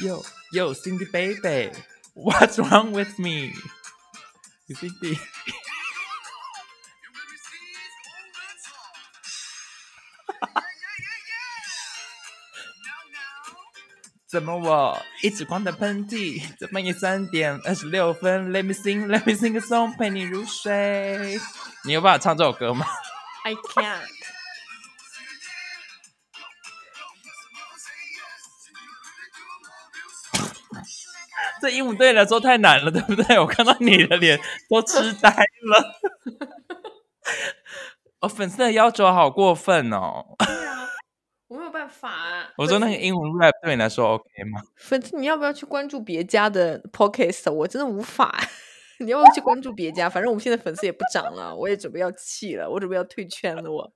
Yo, yo, Cindy baby, what's wrong with me? You Cindy，怎么我一直狂打喷嚏？这半夜三点二十六分，Let me sing, Let me sing a song，陪你入睡。你有办法唱这首歌吗？ I can't. 这鹦鹉对你来说太难了，对不对？我看到你的脸都痴呆了。哦，粉丝的要求好过分哦！对啊，我没有办法、啊。我说那个英文 rap 对你来说 OK 吗？粉丝，你要不要去关注别家的 podcast？我真的无法。 你要不要去关注别家？反正我们现在粉丝也不涨了，我也准备要气了，我准备要退圈了。我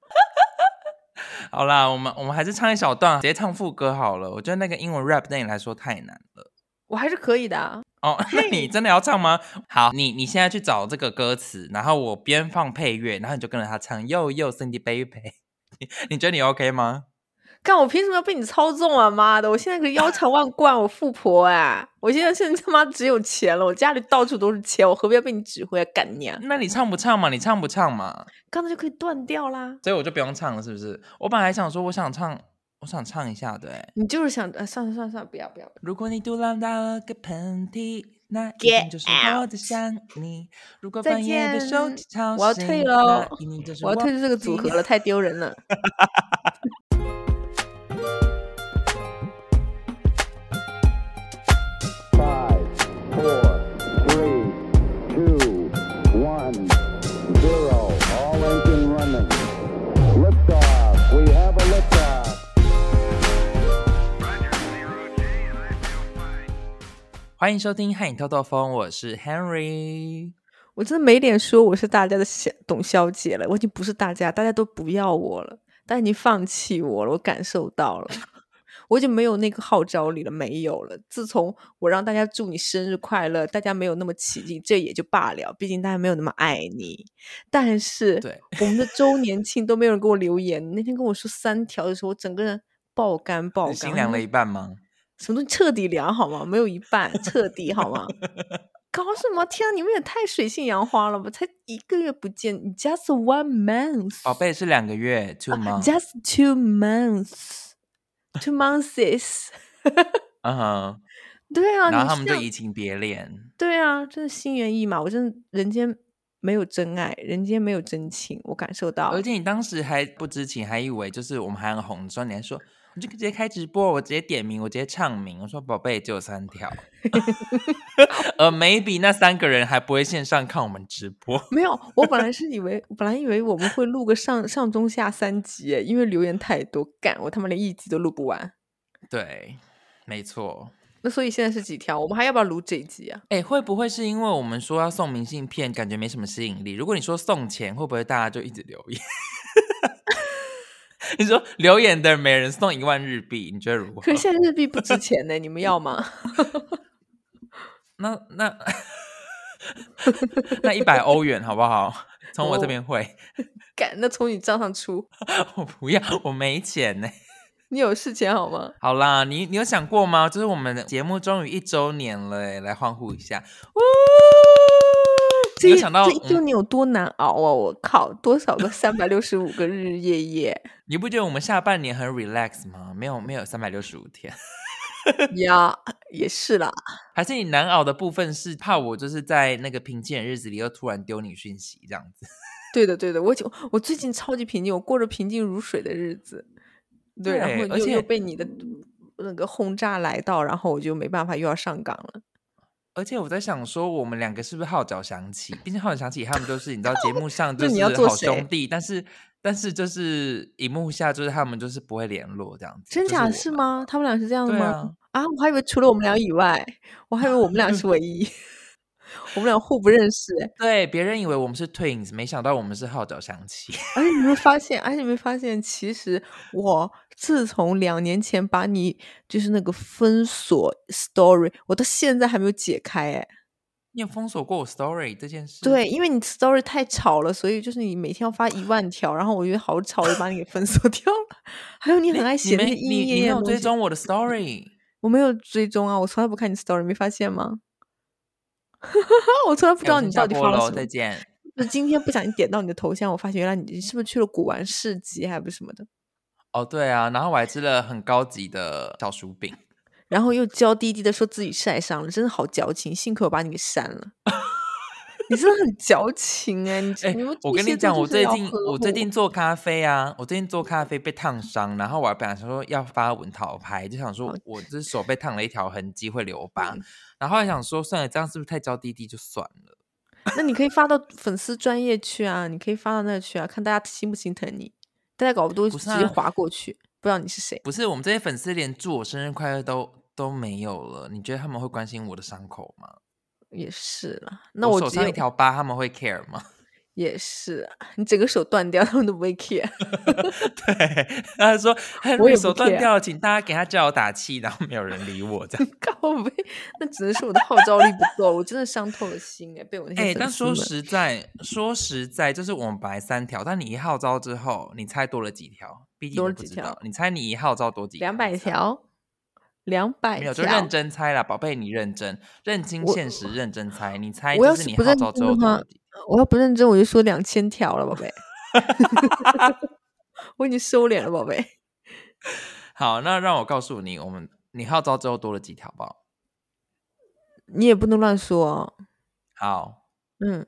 好啦，我们我们还是唱一小段，直接唱副歌好了。我觉得那个英文 rap 对你来说太难了。我还是可以的、啊。哦，那你真的要唱吗？好，你你现在去找这个歌词，然后我边放配乐，然后你就跟着他唱。又又 Cindy baby，你你觉得你 OK 吗？干，我凭什么要被你操纵啊？妈的，我现在可腰缠万贯，我富婆哎、我现在现在他妈只有钱了，我家里到处都是钱，我何必要被你指挥啊？干你啊！那你唱不唱嘛？你唱不唱嘛？刚才就可以断掉啦。所以我就不用唱了，是不是？我本来想说，我想唱，我想唱一下的、欸。你就是想，呃，算了算了算了，不要不要。如果你突然打了个喷嚏，那一定 Get 就是我在想你。如果再半夜被见手机吵醒，我要退喽那一定就是我要退出这个组合了，太丢人了。 Five, four, three, two, one, zero. All engine running. Liftoff. We have a liftoff. 欢迎收听《汉语透透风》，我是 Henry。我真的没脸说我是大家的小董小姐了，我已经不是大家，大家都不要我了，大家已经放弃我了，我感受到 了，我已经没有那个号召力了，没有了。自从我让大家祝你生日快乐，大家没有那么起劲，这也就罢了，毕竟大家没有那么爱你。但是，对我们的周年庆都没有人给我留言，你那天跟我说三条的时候，我整个人爆肝 爆你肝，心哦我凉说了一半吗？什么东西彻底凉好吗？没有一半彻底好 吗？搞什么？天啊，你们也太水性杨花了吧！才一个月不见，just one month，宝贝是两个月，two 啊 months。 j u s t two months，two months。 嗯哼，对啊，然后他你们就像移情别恋。对啊，真的心猿意马，我真的人间没有真爱，人间没有真情，我感受到而。且你当时还不知情，还以为就是我们还很红的时候，你还说你就直接开直播，我直接点名，我直接唱名，我说宝贝只有三条， 呃，maybe 那三个人还不会线上看我们直播， 没有，我本来是以为，本来以为我们会录个上上中下三集耶，因为留言太多，干我他妈连一集都录不完。对，没错。那所以现在是几条？我们还要不要录这一集啊？哎，会不会是因为我们说要送明信片，感觉没什么吸引力？如果你说送钱，会不会大家就一直留言？ 你说留言的人每人送一万日币，你觉得如何可？是现在日币 不值钱呢，你们要吗？那那那一百欧元好不好？从我这边汇，敢那从你账上出， 我不要，我没钱呢。你有事情好吗？好啦，你你有想过吗？就是我们的节目终于一周年了哎，来欢呼一下！呜这你有一想到这一周嗯年有多难熬啊！我靠，多少 个三百六十五个日日夜夜 你不觉得我们下半年很 relax 吗？没有没有三百六十五天，呀，也是啦。还是你难熬的部分是怕我就是在那个平静的日子里又突然丢你讯息这样子？对的，对的，我就我最近超级平静，我过着平静如水的日子。对，然对后而又且又被你的那个轰炸来到，然后我就没办法，又要上岗了。而且我在想说，我们两个是不是号角响起？毕竟号角响起，他们都是你知道节目上就那你是要做好谁兄弟，但是但是就是荧幕下就是他们就是不会联络这样子。真就是假我是们？吗？他们俩是这样的对吗？啊，啊，我还以为除了我们俩以外，我还以为我们俩是唯一， 我们俩互不认识欸。对，别人以为我们是 twins，没想到我们是号角响起。 而且你会发现，而且你会发现，其实我自从两年前把你就是那个封锁 story，我到现在还没有解开嗯哎。你有封锁过我 story 这件事？对，，因为你 story 太吵了，所以就是你每天要发一万条，然后我觉得好吵，我就把你给封锁掉了。还有你很爱 你写那没些莺你莺你燕没燕的有东追西，踪我的 story，我没有追踪啊，我从来不看你 story，没发现吗？ 我 从来不不知道你到底发了什再么。见。就今天不小心点到你的头像，我发现原来你是不是去了古玩市集还不是什么的，哦，对啊，然后我还吃了很高级的小薯饼。然后又娇滴滴的说自己晒伤了，真的好矫情，幸亏我把你给删了。你真的很矫情哎、你、哎你们，我巨跟蟹你座讲，就我是最要近呵我最护嗯近做咖啡啊，我最近做咖啡被烫伤，然后我还本来想说要发文讨拍，就想说好我这手被烫了一条痕迹会 留疤，然后还想说算了，这样是不是太娇滴滴就算了？那你可以发到粉丝专业去啊，你可以发到那去啊，看大家心不心疼你。大家搞不都不直是接啊划过去，不知道你是谁。不是，我们这些粉丝连祝我生日快乐都都没有了，你觉得他们会关心我的伤口吗？也是啦，那我我手只上有一条疤，他们会 care 吗？ 也是啊，你整个手断掉，他们都不会 care。对， 他说 我 Henry 也不手断 care 掉了，请大家给他加油打气，然后没有人理我这样。靠背，那只能是我的号召力不够，我真的伤透了心哎，被我那哎、些粉但丝说们。实在，说实在，就是我们本来三条，但你一号召之后，你猜多了几条？毕竟多我了不几知道条你猜你一号召多几？两百，条，两百没有，就条认。真猜啦，宝贝，你认真，认清我现实，认真猜。你猜，我要是是你不号认召之真的后多话了几？我要不认真，我就说两千条了，宝贝。 我已经收敛了，宝贝。好，那让我告诉你，我们你号召之后多了几条吧？你也不能乱说哦。好，嗯，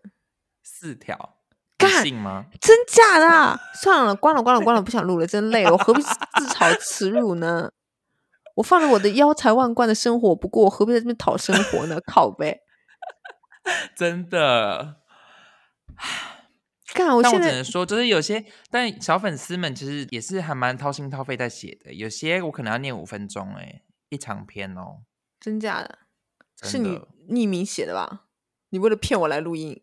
四条，你干信吗？真假的啊？算了，关了，关了，关了，不想录了，真累了，我何必自讨耻辱呢？我放着我的腰财万贯的生活不过，我何必在这边讨生活呢？靠呗！真的，干，我但我现只在能说，就是有些，但小粉丝们其实也是还蛮掏心掏肺在写的。有些我可能要念五分钟、欸，一长篇哦。真假的，是真你的匿名写的吧？你为了骗我来录音，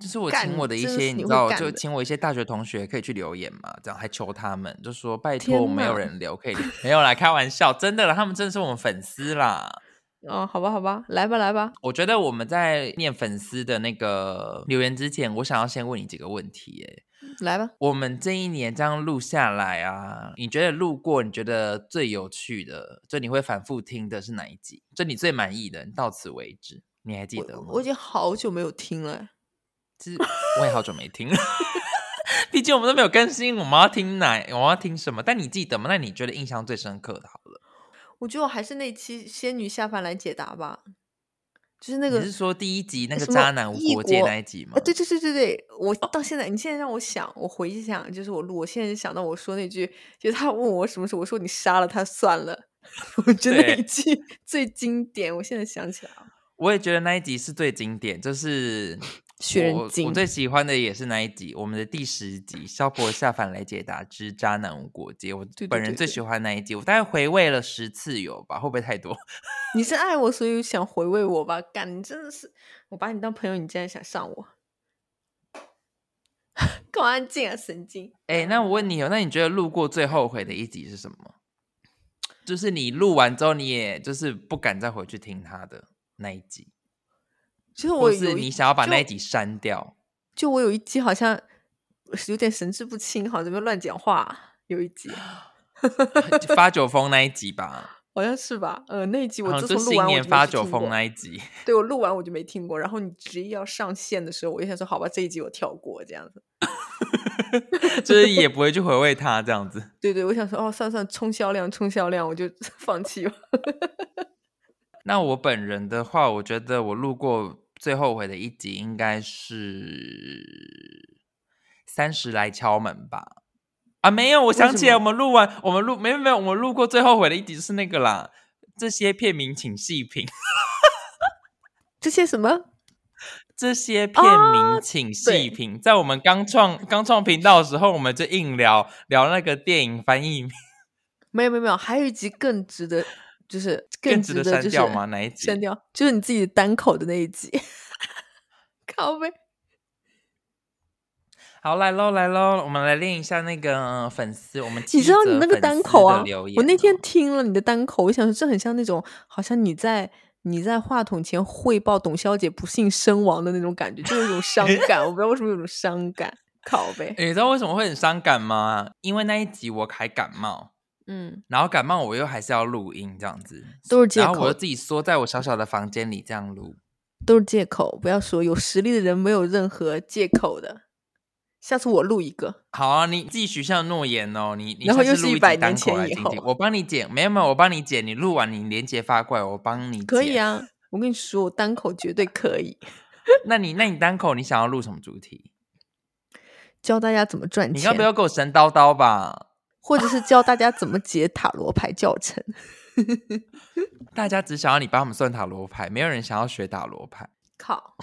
就是我干请我的一真的些，是你你知会道，干就的请我一些大学同学可以去留言嘛，这样还求他们，就说拜天托，没有哪人留可以留，没有啦，开玩笑，真的啦，他们真的是我们粉丝啦。哦，好吧，好吧，来吧，来吧，我觉得我们在念粉丝的那个留言之前，我想要先问你几个问题、欸，来吧。我们这一年这样录下来啊，你觉得路过你觉得最有趣的，就你会反复听的是哪一集？就你最满意的，到此为止，你还记我得吗？我我已经好久没有听了，哎其实我也好久没听了， 毕竟我们都没有更新，我们要听哪？我们要听什么？但你记得吗？那你觉得印象最深刻的，好了，我觉得我还是那期仙女下凡来解答吧，就是那你个是说第一集那个什么渣男无异国界国那一集吗？啊，对对对对对，我哦到现在，你现在让我想，我回想，就是我录，我现在想到我说那句，就是他问我什么时候，我说你杀了他算了， 我觉得那一对句最经典，我现在想起来了，我也觉得那一集是最经典，就是学人我我精我最喜欢的也是那一集，我们的第十集《萧婆下凡来解答之渣男无国界》，我对对本人对最对喜欢那一集，我大概回味了十次有吧，会不会太多？ 你是爱我，所以想回味我吧，干，你真的是，我把你当朋友，你竟然想上我， 干嘛安静啊，神经！哎、那我问你哦，那你觉得录过最后悔的一集是什么？就是你录完之后，你也就是不敢再回去听他的那一集，其实我或有是一你想要把就那一集删掉。就我有一集好像有点神志不清，好像在那边乱讲话，有一集就发酒疯那一集吧，好像是吧？呃，那一集 我好自像就从录新完我年就发没去酒听疯过，那一集。对我录完我就没听过。然后你执意要上线的时候，我就想说好吧，这一集我跳过这样子。就是也不会去回味它这样子。对对，我想说哦，算算冲销量，冲销量，我就 放弃吧。那我本人的话，我觉得我录过最后悔的一集应该是三十来敲门吧。啊，没有，我想起来，什我们录完，我们录没有没有，我们录过最后悔的一集是那个啦。这些片名请细品， 这些什么？这些片哦名请细品。在我们刚创刚创频道的时候，我们就硬聊聊那个电影翻译名，没有没有没有，还有一集更值得，就是更值值得得删就是掉吗？哪一集？删掉，就是你自己单口的那一集。 靠呗，好，来喽，来喽，我们来练一下那个呃粉丝，我们你知道你7那则个粉单丝口的啊留言，我那天哦听了你的单口，我想说这很像那种，好像你在你在话筒前汇报董小姐不幸身亡的那种感觉，就有一 种伤感。我不知道为什么有种伤感，靠呗。哎你知道为什么会很伤感吗？因为那一集我还感冒，嗯，然后感冒我又还是要录音这样子，都是借然后我口又自己缩在我小小的房间里这样录。都是借口，不要说有实力的人没有任何借口的。下次我录一个，好啊，你自己许下诺言哦，你你然后下次又是录100集单年口前来以听后听，我帮你剪，没有没有，我帮你剪，你录完你连接发过来，我帮你可以剪。啊。我跟你说，我单口绝对可以那你那你单口你想要录什么主题？教大家怎么赚你钱该不，要给我神叨叨吧？或者是教大家怎么解塔罗牌教程。 大家只想要你帮他们算塔罗牌，没有人想要学塔罗牌。靠，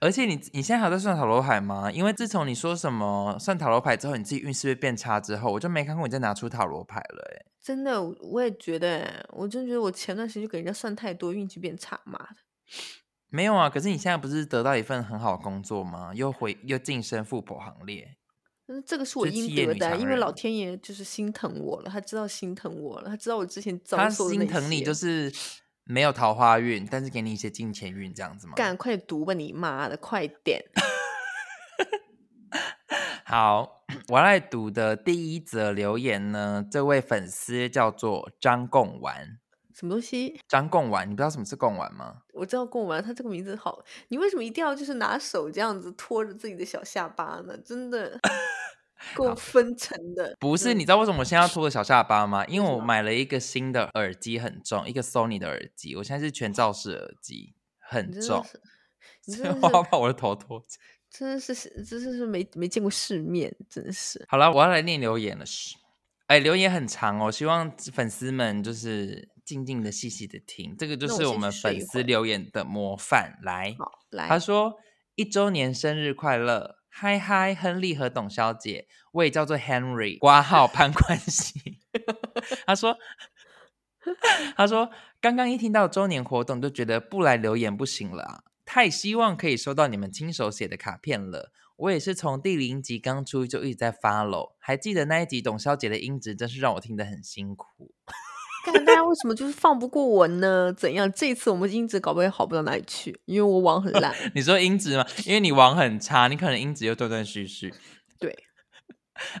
而且你你现在还有在算塔罗牌吗？因为自从你说什么算塔罗牌之后，你自己运势会变差之后，我就没看过你再拿出塔罗牌了、欸。真的，我我也觉得欸，我真觉得我前段时间就给人家算太多，运气变差，妈的。没有啊，可是你现在不是得到一份很好的工作吗？又回又晋升富婆行列，但是这个是我这是应企业得女的啊，强因为老人天爷就是心疼我了，他知道心疼我了，他知道我之前遭他受的心那疼你些就是没有桃花运，但是给你一些金钱运这样子吗？干，快点读吧你妈的，快点！好， 我要来读的第一则留言呢，这位粉丝叫做张贡丸，什么东西？张贡丸，你不知道什么是贡丸吗？我知道贡丸，他这个名字好，你为什么一定要就是拿手这样子托着自己的小下巴呢？真的够分层的，不是，嗯你知道为什么我现在要拖着小下巴吗？因为什我么买了一个新的耳机，很重，一个 Sony 的耳机，我现在是全罩式耳机，很你真重 的，是，你所真以的我要是，把我的头拖着。真的是，真的是没没见过世面，真的是。好了，我要来念留言了。嘘哎，留言很长哦，希望粉丝们就是静静的、细细的听。这个就那我是先我去们睡粉一会丝儿留言的模范。来，好，来，他说一周年生日快乐，嗨嗨，亨利和董小姐，我也叫做 Henry，挂号攀关系。 他说，他说刚刚一听到周年活动就觉得不来留言不行了啊，太希望可以收到你们亲手写的卡片了。我也是从第零集刚出就一直在 follow，还记得那一集董小姐的音质真是让我听得很辛苦。看大家为什么就是放不过我呢？怎样？这次我们音质搞不好也好不到哪里去，因为我 网很烂。你说音质吗？因为你网很差，你可能音质又断断续续。对，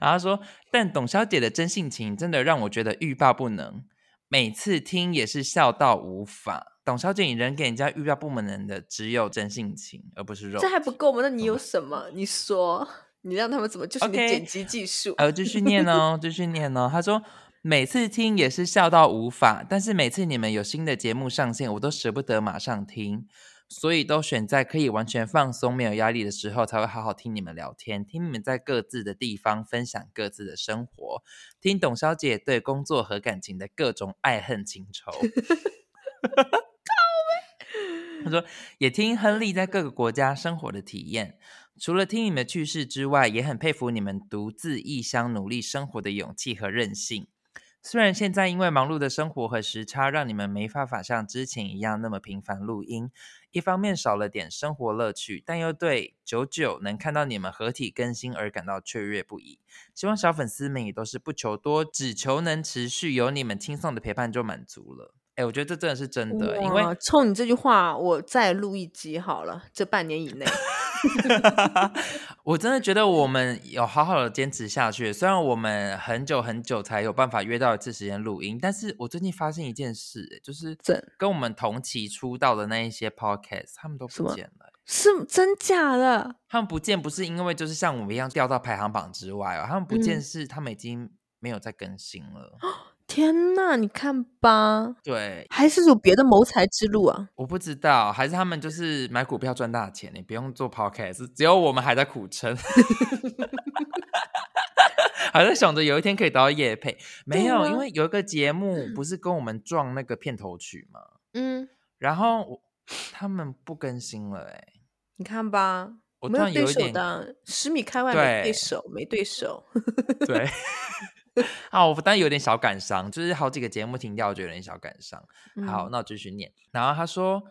然后他说，但董小姐的真性情真的让我觉得欲罢不能，每次听也是笑到无法。董小姐，你人给人家欲罢不能的只有真性情，而不是肉这。还不够吗？那你懂有了什么？你说，你让他们怎么？就是嗯你 OK，剪辑技术。呃，继续念哦，继续念哦。他说。每次听也是笑到无法，但是每次你们有新的节目上线，我都舍不得马上听，所以都选在可以完全放松、没有压力的时候，才会好好听你们聊天，听你们在各自的地方分享各自的生活，听董小姐对工作和感情的各种爱恨情仇。 他说，也听亨利在各个国家生活的体验，除了听你们的趣事之外，也很佩服你们独自异乡努力生活的勇气和韧性。虽然现在因为忙碌的生活和时差，让你们没办法像之前一样那么频繁录音，一方面少了点生活乐趣，但又对久久能看到你们合体更新而感到雀跃不已。希望小粉丝们也都是不求多，只求能持续有你们轻松的陪伴就满足了。哎，我觉得这真的是真的，因为哇冲你这句话，我再录一集好了。这半年以 内，我真的觉得我们有好好的坚持下去，虽然我们很久很久才有办法约到一次时间录音，但是我最近发现一件事，就是真跟我们同期出道的那一些 podcast，他们都什不么见了。是真假的？他们不见不是因为就是像我们一样掉到排行榜之外哦，他们不见嗯哦是他们已经没有在更新了。天呐，你看吧，对，还是有别的谋财之路啊？我不知道，还是他们就是买股票赚大钱，你不用做 podcast，只有我们还在苦撑， 还在想着有一天可以得到业配。没有，对啊因为有一个节目不是跟我们撞那个片头曲嘛，嗯，然后我他们不更新了、欸，哎，你看吧，我没突然对有一手点的啊，十米开外没对对手，没对手。 对。 啊，我当然有点小感伤，就是好几个节目停掉，我觉得有点小感伤。好，嗯，那我继续念。然后他说，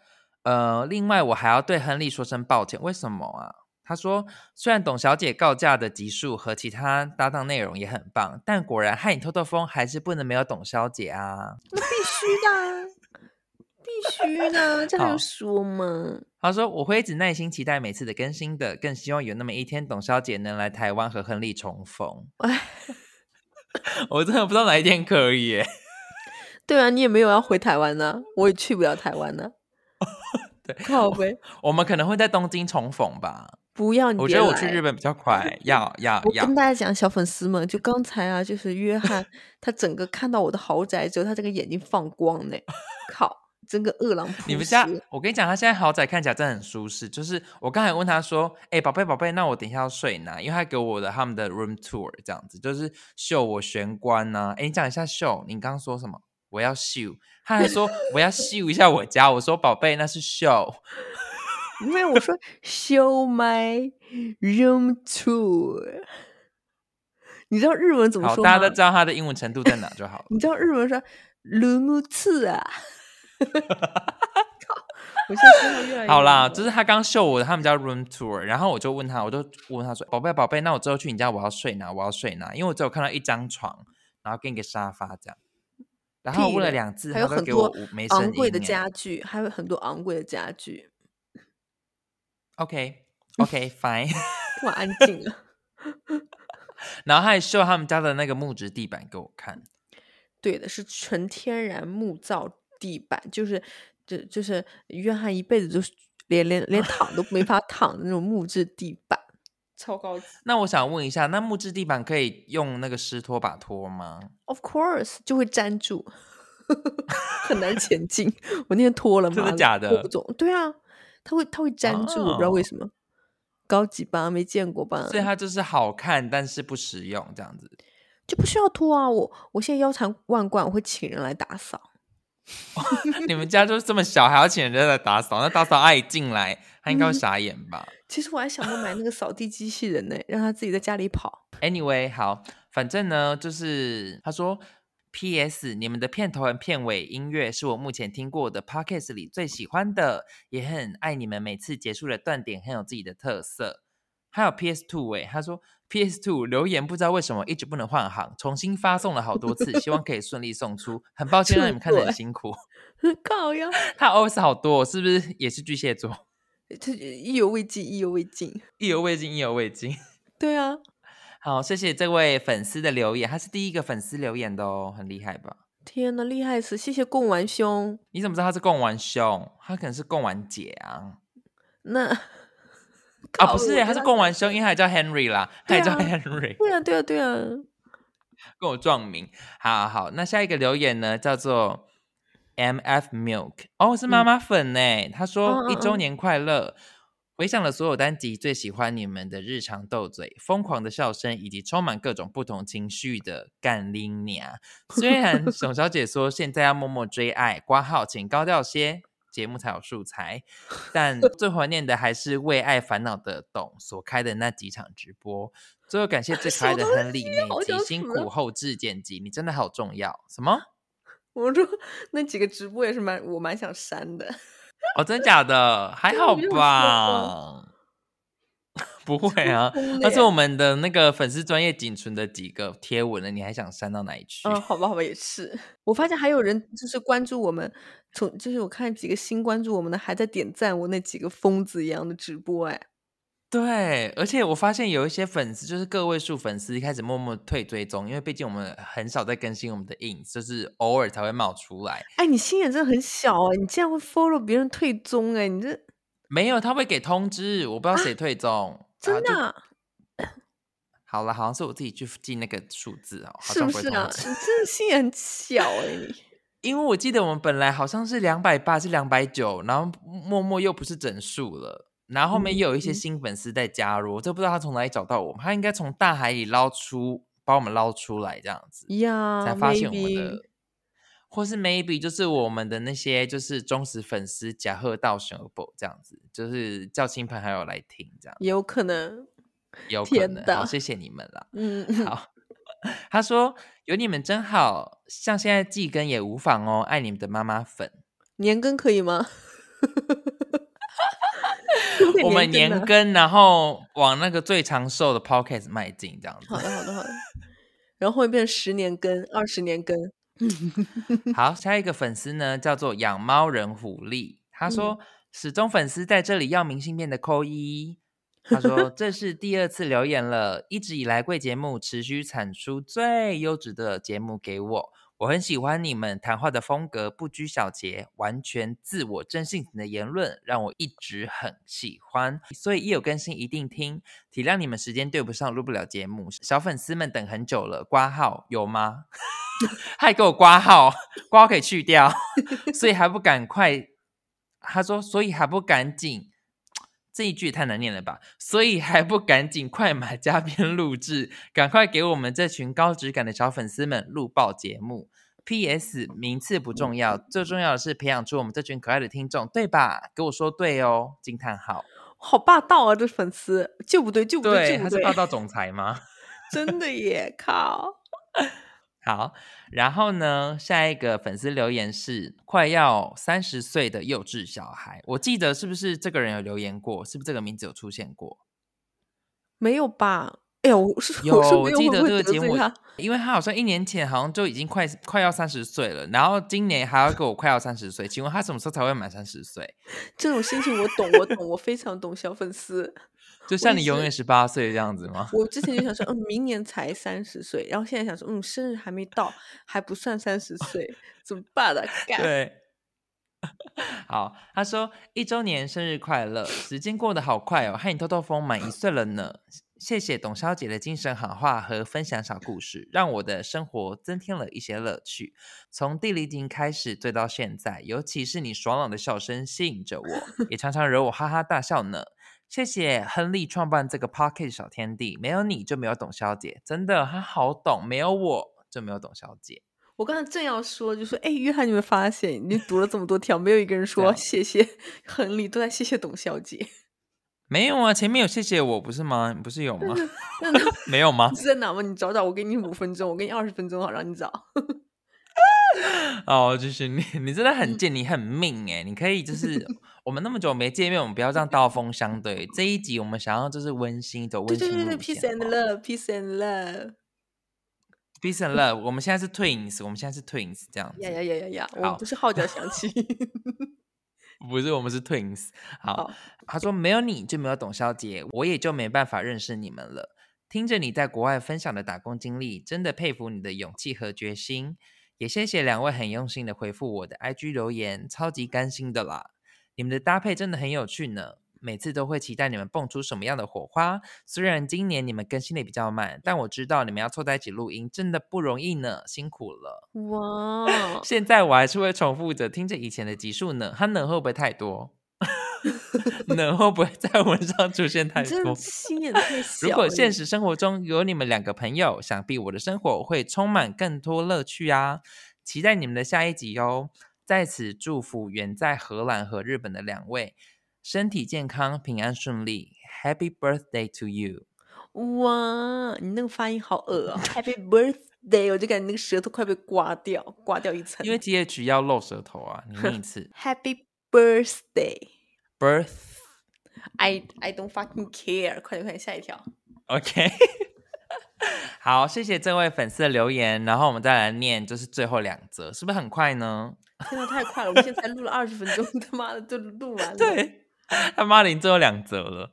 呃，另外我还要对亨利说声抱歉，为什么啊？他说，虽然董小姐告假的集数和其他搭档内容也很棒，但果然害你透透风还是不能没有董小姐啊。那必须的啊，必须的啊，这还好用说吗？他说：“我会一直耐心期待每次的更新的，更希望有那么一天，董小姐能来台湾和亨利重逢。” 我真的不知道哪一天可以耶。对啊，你也没有要回台湾呢、我也去不了台湾呢、 对靠呗，我们可能会在东京重逢吧。不要你我别觉来。得我去日本比较快，要要 我要跟。大家讲，小粉丝们，就刚才啊，就是 约翰，他整个看到我的豪宅之后，他这个眼睛放光呢，靠，真个饿狼扑你们家食，我跟你讲，他现在豪宅看起来真的很舒适。就是我刚才问他说：“哎、宝贝，宝贝，那我等一下要睡哪？”因为他给我的他们的 room tour 这样子，就是秀我玄关呐、啊。哎、你讲一下秀，你刚刚说什么？我要秀，他还说我要秀一下我家。我说宝贝，那是秀。因为我说 show my room tour，你知道日文怎么好，说大吗？家都知道他的英文程度在哪就好了。你知道日文说 room tour 啊？ 靠，我现在听到越来越好啦，晚就是他刚秀我他们家 room tour，然后我就问他，我就问他说：“宝贝，宝贝，那我之后去你家我要睡哪？我要睡哪？因为我只有看到一张床，然后跟一个沙发这样。”然后我屁问了嘞两次，还他有都很给我多无没声昂贵的音欸家具，还有很多昂贵的家具， OK OK fine，干嘛安静啊？然后他还秀他们家的那个木质地板给我看，对的，是纯天然木造地板，就是这就是约翰一辈子就是连连连躺都没法躺的那种木质地板，超高级。那我想问一下，那木质地板可以用那个湿拖把拖吗？ Of course，就会粘住， 很难前进。我那天拖了嘛，真的假拖的哦不走。对啊，它会它会粘住，我不知道为什么。高级吧，没见过吧？所以它就是好看，但是不实用这样 子。就不需要拖啊！我我现在腰缠万贯，我会请人来打扫。你们家就是这么小，还要请人家来打扫？那打扫阿姨进来，她应嗯该会傻眼吧？其实我还想过买那个扫地机器人呢，让他自己在家里跑。 Anyway，好，反正呢，就是他说，P.S. 你们的片头和片尾音乐是我目前听过的 Podcast 里最喜欢的，也很爱你们每次结束的断点很有自己的特色。还有 P.S. Two 哎，他说 P.S. Two 留言不知道为什么一直不能换行，重新发送了好多次，希望可以顺利送出。很抱歉让你们看得很辛苦，靠呀， 他 always 好多哦、是不是也是巨蟹座？这意犹未尽，意犹未尽。意犹未尽，意犹未尽。 对啊，好，谢谢这位粉丝的留言，他是第一个粉丝留言的哦，很厉害吧？天呐，厉害死！谢谢贡丸兄。你怎么知道他是贡丸兄？他可能是贡丸姐啊！那 啊，靠不是哦我耶，觉他得是贡丸兄，因为他也叫 Henry 啦，他对也叫啊 Henry，、对啊，对啊，对啊。 跟我撞名。好好，那下一个留言呢，叫做 M F Milk，哦，是妈妈粉呢、他嗯说嗯一周嗯年快乐。回想了所有单集，最喜欢你们的日常斗嘴、疯狂的笑声，以及充满各种不同情绪的干拎娘。虽然 熊小姐说现在要默默追爱，挂号请高调些，节目才有素 材，但最怀念的还是为爱烦恼的董所开的那几场直播。最后感谢最可爱的什么亨利，好每集想辛死苦了后置剪辑，你真的好重要。什么？我说那几个直播也是蛮我蛮想删的，哦，真假 的？还对好我就想说吧？ 不会 啊，疯了那是耶我们的那个粉丝专业仅存的几个贴文了，你还想删到哪里去？嗯， 好吧，好吧，也是。我发现还有人就是关注我们，从就是我看几个新关注我们的还在点赞我那几个疯子一样的直播，哎，对，而且我发现有一些粉丝，就是个位数粉丝，开始默默退追踪，因为毕竟我们很少在更新我们的 ins，就是偶尔才会冒出来。哎，你心眼真的很小哎，你竟然会 follow 别人退踪哎，你这没有，他会给通知，我不知道谁退踪。啊真就的啊、好了，好像是我自己去记那个数字哦，好是像不会是通啊？知你真的心眼很小哎，你 因为我记得我们本来好像是两百八，是两百九，然后默默又不是整数了，然后后面又有一些嗯新粉丝在加入，我这不知道他从哪里找到我们，他应该从大海里捞出，把我们捞出来这样子。呀，才发现我们 maybe 的，或是 maybe 就是我们的那些就是忠实粉丝假贺到神宝这样子，就是叫亲朋好友来听这样，也有可能，有可天能。好，哪谢谢你们啦。嗯，好，他说有你们真好，像现在季更也无妨哦，爱你们的妈妈粉。 年更可 以吗？ 可不可以我们年年更啊更，然后往那个最长寿的 podcast 迈进这样好子。的，好的，好的。然后后面变成十年更、二十年更，好，下一个粉丝呢叫做养猫人狐狸，他说、始终粉丝在这里要明信片的扣一。他说：“这是第二次留言了，一直以来贵节目持续产出最优质的节目给我，我很喜欢你们谈话的风格，不拘小节，完全自我真性情的言论，让我一直很喜欢。所以一有更新一定听，体谅你们时间对不上，录不了节目，小粉丝们等很久了。挂号有吗？ 还给我挂号，挂号可以去掉， 所以还不赶快。”他说：“所以还不赶紧这一句也太难念了吧？所以还不赶紧快马加鞭录制，赶快给我们这群高质感的小粉丝们录爆节目。P.S. 名次不重要，最重要的是培养出我们这群可爱的听众，对吧？给我说对哦！惊叹号！好霸道啊！这粉丝就不对，就不对，就他不是对，霸道总裁吗？真的耶！靠，好，然后呢，下一个粉丝留言是快要三十岁的幼稚小孩，我记得是不是这个人有留言过？是不是这个名字有出现过？没有吧？哎呦，我是有， 我是没有记会得不这会个得节罪目 他，因为他好像一年前好像就已经快快要三十岁了，然后今年还要给我快要三十岁，请问他什么时候才会满三十岁？这种心情我懂，我懂，我非常懂小粉丝。就像一你永远十八岁这样子吗？我之前就想说，嗯，明年才三十岁，然后现在想说，嗯，生日还没到，还不算三十岁，怎么办呢、干，对。好，他说一周年生日快乐，时间过得好快哦，和你透透风满一岁了呢。谢谢董小姐的精神喊话和分享小故事，让我的生活增添了一些乐趣。从地理景开始醉到现在，尤其是你爽朗的笑声吸引着我，也常常惹我哈哈大笑呢。谢谢亨利创办这个 Pocket 小天地，没有你就没有董小姐，真的他好懂，没有我就没有董小姐。我刚才正要说，就说，哎，约翰，你们发现你读了这么多条，没有一个人说样谢谢亨利，都在谢谢董小姐。 没有啊，前面有谢谢我不是吗？不是有吗？那那 没有吗你？在哪吗？你找找，我给你五分钟，我给你二十分钟，好让你找。哦，就是你，你真的很贱，你很命哎、你可以就是 我们那么久没见面，我们不要这样刀锋相对。这一集我们想要就是温馨走温对馨对对路对线。 ，peace and 好不好 love，peace and love。 Peace and love，我们现在是 twins，我们现在是 twins 这样子呀呀呀呀呀，我们好不是号角 响起。不是我们是 twins。好好，他说没有你就没有董小姐，我也就没办法认识你们了。听着你在国外分享的打工经历，真的佩服你的勇气和决心。也谢谢两位很用心的回复我的 IG 留言，超级甘心的啦！你们的搭配真的很有趣呢，每次都会期待你们蹦出什么样的火花。虽然今年你们更新的比较慢，但我知道你们要凑在一起录音真的不容易呢，辛苦了。哇，现在我还是会重复着听着以前的集数呢，它能会不会太多？ 能会不会在文上出现太你真的多？心眼太小 如哎了。果现实生活中有你们两个朋友，想必我的生活会充满更多乐趣啊！期待你们的下一集哦！在此祝福远在荷兰和日本的两位身体健康、平安顺利，Happy birthday to you！哇，你那个发音好恶 啊！Happy birthday，我就感觉那个舌头快被刮掉，刮掉一层。 因为 G H 要露舌头啊，你念一次 Happy birthday，I birth。 I don't fucking care，快点快点，下一条。 OK，好，谢谢这位粉丝的留言，然后我们再来念，就是最后两则，是不是很快呢？天呐，太快了！我们现在才录了二十分钟，他妈的就录完了。， 对，他妈的，已经最后两则了。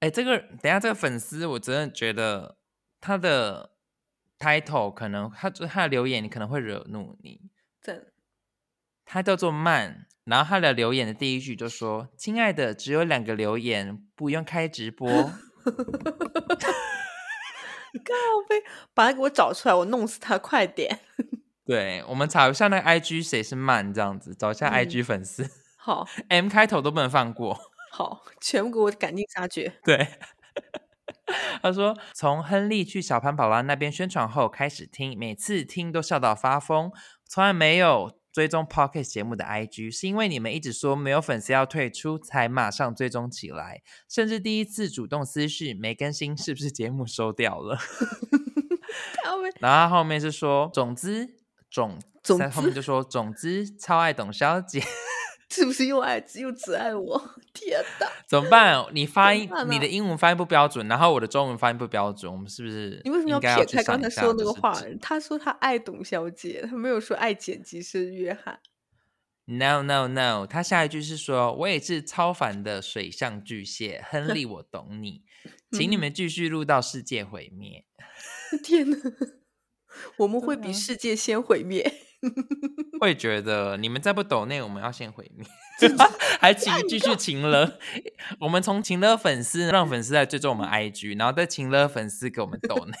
哎，这个等一下这个粉丝，我真的觉得他的 title 可能他就他的留言，你可能会惹怒你。真他叫做曼，然后他的留言的第一句就说：“亲爱的，只有两个留言，不用开直播。靠背，把啊他给我找出来，我弄死他！快点。对”我们查一下那个 IG 谁是曼，这样子找一下嗯 IG 粉丝。好 M 开头都不能放过。 好，全部给我赶尽杀绝。对，他说从亨利去小潘宝拉那边宣传后开始听，每次听都笑到发疯，从来没有。追踪 Pocket 节目的 IG 是因为你们一直说没有粉丝要退出，才马上追踪起来，甚至第一次主动私讯没更新，是不是节目收掉了？ 靠背，然后他后面是说，总之总总在后面之就说，总之超爱董小姐，是不是又爱又只爱我？天呐，怎么办？你发怎么音办，你的呢英文发音不标准，然后我的中文发音不标准，我们是不是？你为什么要撇开刚才说的那个话就是？他说他爱董小姐，他没有说爱剪辑师约翰。 No no no，他下一句是说：“我也是超凡的水象巨蟹，亨 利，我懂你，嗯请你们继续录到世界毁灭。天呐，我们会对啊比世界先毁灭。 会觉得你们再不抖内，我们要先毁灭，还请继续请了。我们从请了粉丝，让粉丝来追踪我们 IG，然后再请了粉丝给我们抖内。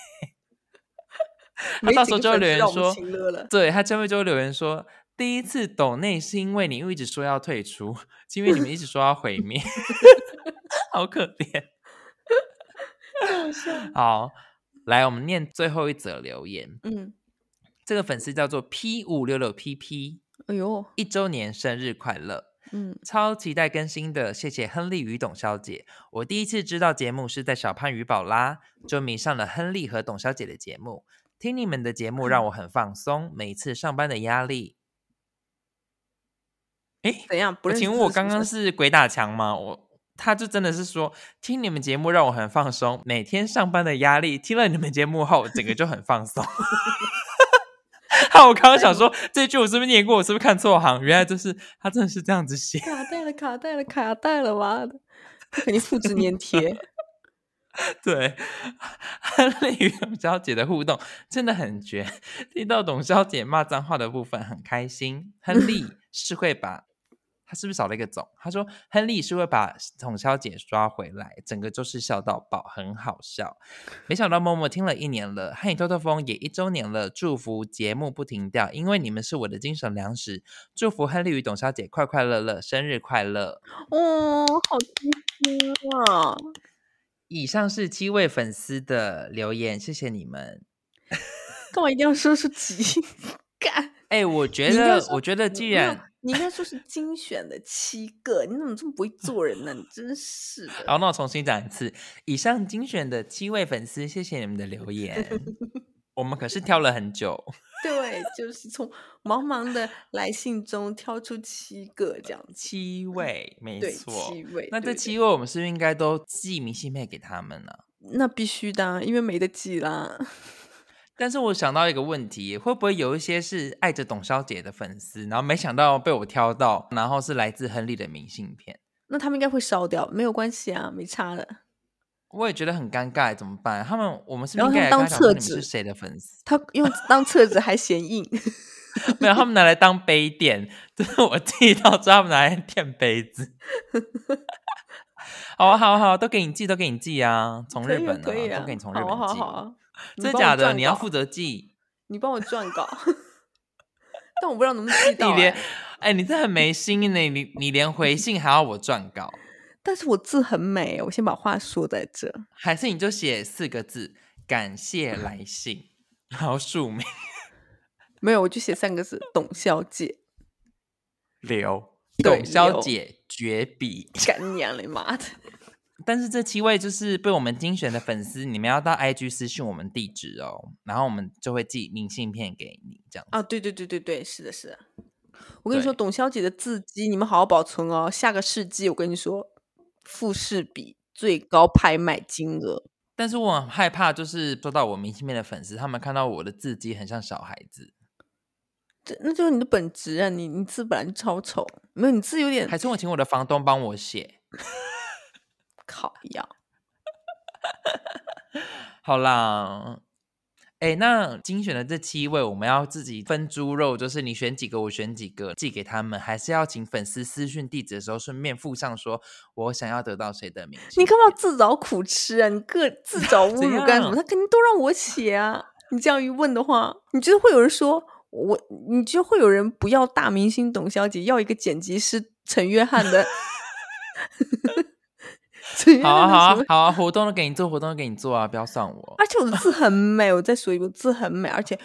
他没到几时候个就会粉留言丝让我们说亲热 了对他下面就会留言说，第一次抖内是因为你一直说要退出，是因为你们一直说要毁灭，好可怜。 好，来我们念最后一则留言，嗯，这个粉丝叫做 P 五六六 PP，哎呦，一周年生日快乐。嗯，超期待更新的，谢谢亨利与董小姐。我第一次知道节目是在小胖与宝拉，就迷上了亨利和董小姐的节目。听你们的节目让我很放松，每次上班的压力。诶，怎样？不认识请问字我是刚不刚是是鬼打墙吗？我他就真的是说，听你们节目让我很放松，每天上班的压力。听了你们节目后，整个就很放松。 哈，我刚刚想说这句我是不是念过？我是不是看错行？原来就是他真的是这样子写。卡带了，卡带了，卡带了，妈的，他肯定复制粘贴。对， 和丽与董小姐的互动真的很绝。听到董小姐骂脏话的部分很开心。亨利是会把，他是不是少了一个总？他说亨利是会把董小姐抓回来，整个就是笑到爆，很好笑。没想到默默听了一年了，和你透透风也一周年了，祝福节目不停掉，因为你们是我的精神粮食。祝福亨利与董小姐快快乐乐，生日快乐！哦，好贴心啊！以上是七位粉丝的留言，谢谢你们。干嘛一定要说出几？干，哎、我觉你应该得，说我觉得，你既没有然你应该说是精选的七个，你怎么这么不会做人呢？你真是的。好，那我重新讲一次。以上精选的七位粉丝，谢谢你们的留言， 我们可是挑了很久。对，就是从茫茫的来信中挑出七个这样子，七位，没嗯对，错七。位。那这对七位，我们是不是应该都寄明信片给他们呢、对那必须的啊，因为没得寄啦。 但是我想到一个问题，会不会有一些是爱着董小姐的粉丝，然后没想到被我挑到，然后是来自亨利的明信片？那他们应该会烧掉，没有关系啊，没差的。我也觉得很尴尬，怎么办？他们，我们是不是然后应该也他跟们他当讲说厕你们是纸谁的粉丝？他用当册子还嫌硬， 没有，他们拿来当杯垫， 就是我寄到之后，他们拿来垫杯子。 好啊，好啊，好啊，都给你寄，都给你寄啊！从可日以啊本可以啊，都给你从日本寄。好啊好啊好啊，你真帮我假的？撰你要稿负责寄。你帮我撰稿， 但我不知道能不能寄你到、连哎，哎、你这很没心呢！你你连回信还要我撰稿，但是我字很美，我先把话说在这。还是你就写四个字“感谢来信”，然后署名没有，我就写三个字：董小姐。刘对董小刘姐绝笔。干娘嘞，妈的！但是这七位就是被我们精选的粉丝，你们要到 IG 私讯我们地址哦，然后我们就会寄明信片给你，这样子。啊，对对对对对，是的，是的。我跟你说，对董小姐的字迹你们好好保存哦。下个世纪，我跟你说，富士比最高拍卖金额。但是我很害怕，就是收到我明信片的粉丝，他们看到我的字迹很像小孩子，这那就是你的本质啊！你你字本来就超丑，没有你字有点还是我请我的房东帮我写。烤样。好啦，哎，那精选的这七位，我们要自己分猪肉，就是你选几个，我选几个，寄给他们，还是要请粉丝私讯地址的时候，顺便附上说我想要得到谁的明信你片？干嘛自找苦吃啊？你个自 找侮怎辱干什样么？啊他肯定都让我写啊！你这样一问的话，你觉得会有人说我？你觉得会有人不要大明星董小姐，要一个剪辑师陈约翰的？ 陈约好啊翰好啊的什么？好啊，活动都给你做，活动都给你做啊，不要算我。而且我的字很美，我再说一遍，我字很美，而且。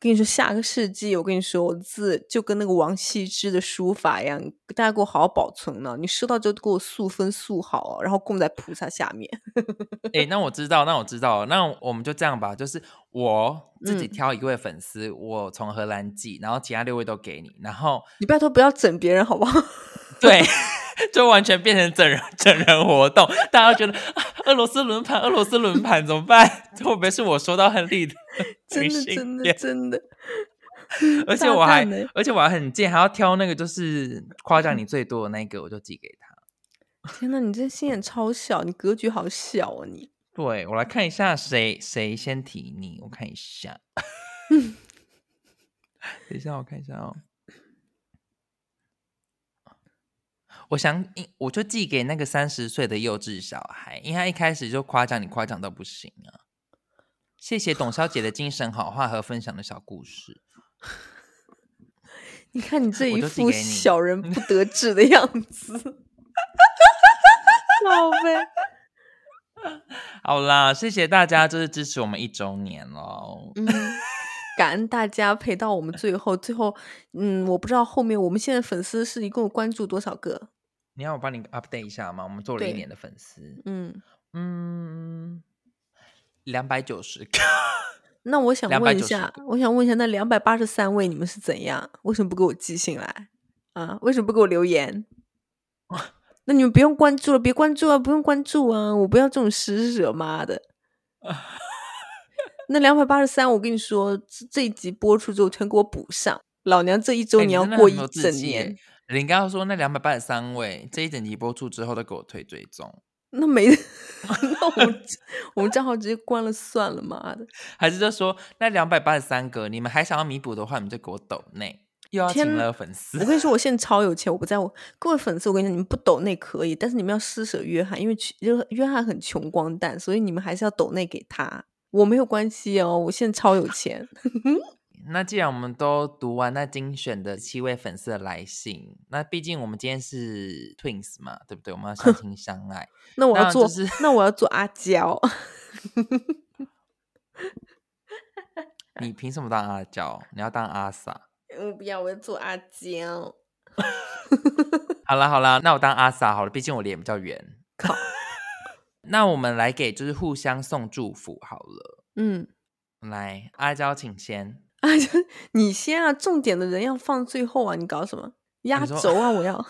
跟你说，下个世纪，我跟你说，我的字就跟那个王羲之的书法一样，大家给我好好保存呢。你收到之后给我塑分塑好，啊然后供在菩萨下面。哎、那我知道，那我知道了，那我们就这样吧，就是我自己嗯挑一位粉丝，我从荷兰寄，然后其他六位都给你，然后 你拜托不要整别人好不好？对，就完全变成整人整人活动，大家都觉得、啊、俄罗斯轮盘，俄罗斯 轮盘怎么办？会不会是我收到亨利的 真明的信真的片真的，而且我还大蛋欸，而且我还很贱，还要挑那个就是夸奖你最多的那一个，我就寄给他。天呐，你这心眼超小，你格局好小啊你！对我来看一下谁谁先提你，我看一下。等一下，我看一下哦。我想，应我就寄给那个三十岁的幼稚小孩，因为他一开始就夸奖你，夸奖到不行啊！谢谢董小姐的精神好话和分享的小故事。你看你这我一就寄副给你小人不得志的样 子，宝贝。好啦，谢谢大家，就是支持我们一周年喽。嗯，感恩大家陪到我们最后，最后，嗯，我不知道后面我们现在粉丝是一共关注多少个？你要我帮你 update 一下吗？我们做了一对年的粉丝，嗯，嗯，两百九十个。那我想问一290下，我想问一下，那两百八十三位你们是怎样？为什么不给我寄信来啊？为什么不给我 留言？那你们不用关注了，别关注啊，不用关注啊，我不要这种施舍，妈 的！那两百八十三，我跟你说，这这一集播出之后全给我补上。老娘这一周哎你你要真的过很一有志整气耶年，你刚刚说那两百八十三位，这一整集播出之后都给我推追踪，那没， 那我 们我们账号直接关了算了，妈的！还是就说那两百八十三个，你们还想要弥补的话，你们就给我抖内，又要天请呐了粉我丝。跟你说，我现在超有钱，我不在乎。各位粉丝，我跟你讲，你们不抖内可以，但是你们要施舍约翰，因为其约约翰很穷光蛋，所以你们还是要抖内给他。我没有关系哦，我现在超有钱。那既然我们都读完那精选的七位粉丝的来信，那毕竟我们今天是 twins 嘛，对不对？我们要相亲相 爱。那我要那就做，是那我要做阿娇。你凭什么当阿娇？你要当阿 sa？ 我不要，我要做阿娇。好啦好啦，那我当阿 sa 好了，毕竟我脸比较圆。 靠，那我们来给就是互相送祝福好了。嗯， 来，阿娇请先。阿娇，你先啊，重点的人要放最后啊，你搞什么压你说轴啊？我要。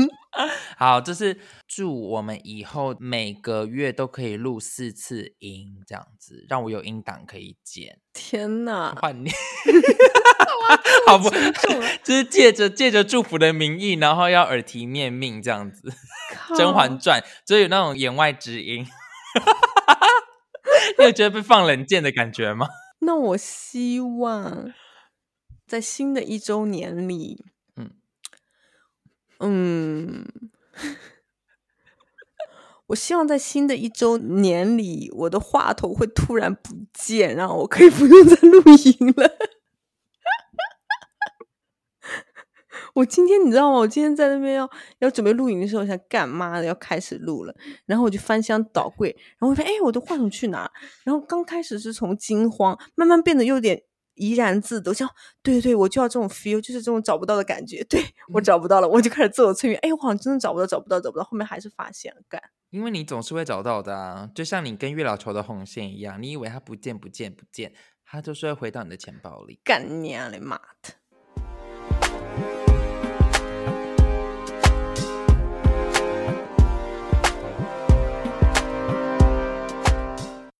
好，就是祝我们以后每个月都可以录四次音，这样子让我有音档可以剪。天 呐，换你，好不？就是借着借着祝福的名义，然后要耳提面命这样子， 《甄靠嬛传》就有那种言外之音。 你有觉得被放冷箭的感觉吗？那我希望在新的一周年里，嗯嗯我希望在新的一周年里，我的话头会突然不见，然后我可以不用再录音了。 我今天你知道吗？我今天在那边要要准备录影的时候，我想干妈的要开始录了，然后我就翻箱倒柜，然后我发现哎，我的话筒去哪儿？然后刚开始是从惊慌，慢慢变得有点怡然自得，像对对，我就要这种 feel，就是这种找不到的感觉。对我找不到了，我就开始自我催眠，哎，我好像真的找不到，找不到，找不到，后面还是发现了，干因为你总是会找到的啊，就像你跟月老求的红线一样，你以为它不见不见不见，它就是会回到你的钱包里。干娘嘞，妈的！